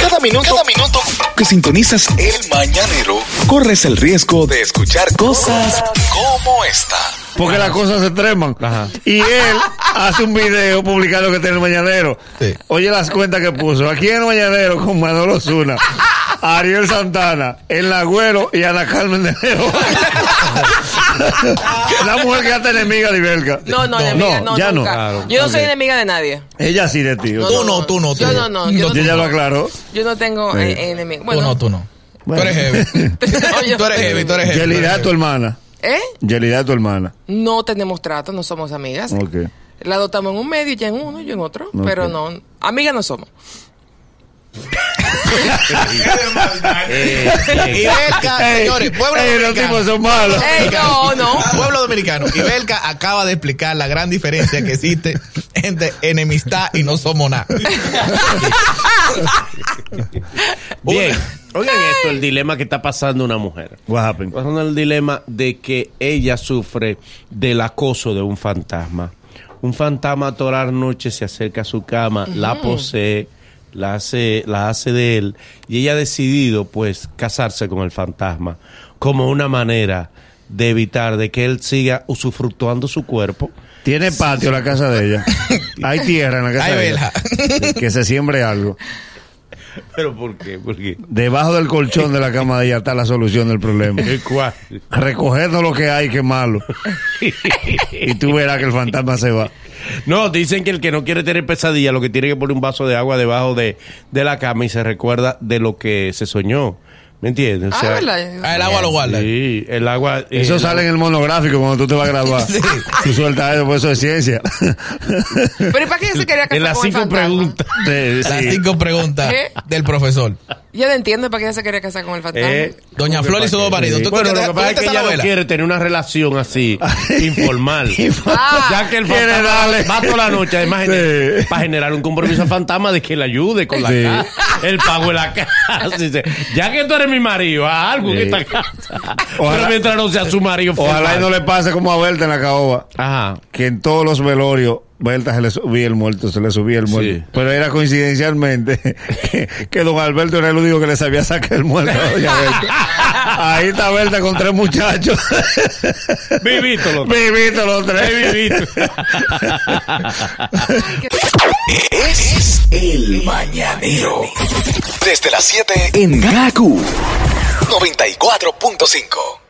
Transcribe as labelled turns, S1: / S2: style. S1: Cada minuto, cada minuto que sintonizas el mañanero, corres el riesgo de escuchar cosas como esta.
S2: Porque las cosas se treman. Y él hace un video publicado que tiene el mañanero.
S3: Sí.
S2: Oye las cuentas que puso. Aquí en el mañanero con Manolo Zuna, Ariel Santana, El Agüero y Ana Carmen de León. La mujer que hace enemiga de Iberca.
S4: No, no, enemiga, no,
S2: ya
S4: nunca.
S2: no.
S4: yo no soy
S2: Ok.
S4: enemiga de nadie.
S2: Ella sí de ti. o sea.
S3: Tú no, tú no, tú
S4: Yo
S3: no.
S4: no, no, yo
S2: Y
S4: no,
S2: ella lo
S4: tengo,
S2: aclaró.
S4: yo no tengo eh, eh, enemigo. Bueno,
S3: tú no, tú no. Tú eres heavy.
S4: yo-
S3: tú eres heavy, tú eres heavy. tú eres
S2: Yelida es tu
S3: heavy.
S2: hermana.
S4: ¿Eh?
S2: Yelida es tu hermana.
S4: No tenemos trato, no somos amigas.
S2: Ok.
S4: La dotamos en un medio, y ya en uno, y yo en otro.
S2: Ok.
S4: Pero no, amigas no somos.
S3: Ibelka, señores, pueblo
S2: ey, los
S3: dominicano.
S2: tipos son malos.
S4: Ey, no, no.
S3: Pueblo dominicano. Ibelka acaba de explicar la gran diferencia que existe entre enemistad y no somos nada.
S5: Bien, oigan esto, el dilema que está pasando una mujer.
S2: What happened?
S5: Pasando el dilema de que ella sufre del acoso de un fantasma. Un fantasma todas las noches se acerca a su cama, la posee, la hace, la hace de él, y ella ha decidido, pues, casarse con el fantasma como una manera de evitar de que él siga usufructuando su cuerpo.
S2: Tiene patio la casa de ella. Hay tierra en la casa
S3: Hay
S2: de
S3: vela.
S2: ella. Que se siembre algo.
S5: ¿Pero por qué? ¿Por qué?
S2: Debajo del colchón de la cama de ella está la solución del problema.
S5: ¿Cuál?
S2: Recogiendo lo que hay, que malo. Y tú verás que el fantasma se va.
S5: No, dicen que el que no quiere tener pesadilla lo que tiene que poner un vaso de agua debajo de, de la cama y se recuerda de lo que se soñó. ¿Me entiendes? O
S4: Ah,
S5: sea,
S4: ¿verdad?
S3: Ah, El agua lo guarda.
S5: Sí, el agua. eh,
S2: Eso
S5: el
S2: sale en el monográfico cuando tú te vas a graduar. Tú sueltas eso, pues eso es ciencia.
S4: Pero ¿y para qué ella se quería
S5: En
S4: casar
S5: las
S4: con el
S5: cinco
S4: fantasma?
S5: preguntas.
S2: De-
S3: Las
S2: sí.
S3: cinco preguntas
S4: ¿Eh?
S3: del profesor.
S4: Yo no entiendo para qué ella se quería casar con el fantasma.
S5: Eh,
S3: Doña
S5: ¿cómo
S3: Flor
S5: que
S3: y sus
S5: pa'
S3: dos maridos.
S5: qué?
S3: ¿Tú
S5: Bueno,
S3: te-
S5: lo que
S3: tú
S5: pasa es
S3: te
S5: que
S3: esa
S5: ella no
S3: novela?
S5: quiere tener una relación así, informal.
S4: Ah.
S5: ya que el
S2: Quiere
S5: fantasma
S2: darle.
S5: va toda la noche, además,
S2: Sí.
S5: para generar un compromiso al fantasma de que le ayude con la
S2: Sí.
S5: casa, el pago de la casa. Dice, Ya que tú eres mi marido, haz algo en esta casa.
S2: Ojalá-
S5: Pero mientras no sea su marido,
S2: Ojalá y
S5: formal.
S2: no le pase como a Berta en la caoba.
S5: Ajá.
S2: que en todos los velorios Berta se le subía el muerto, se le subía el muerto.
S5: Sí.
S2: Pero era coincidencialmente que, que don Alberto era el único que le sabía sacar el muerto. a doña Berta. Ahí está Berta con tres muchachos.
S5: Vivito los tres.
S2: Vivitos los tres.
S5: Vivito.
S1: Es el mañanero. Desde las 7 en GACU 94.5.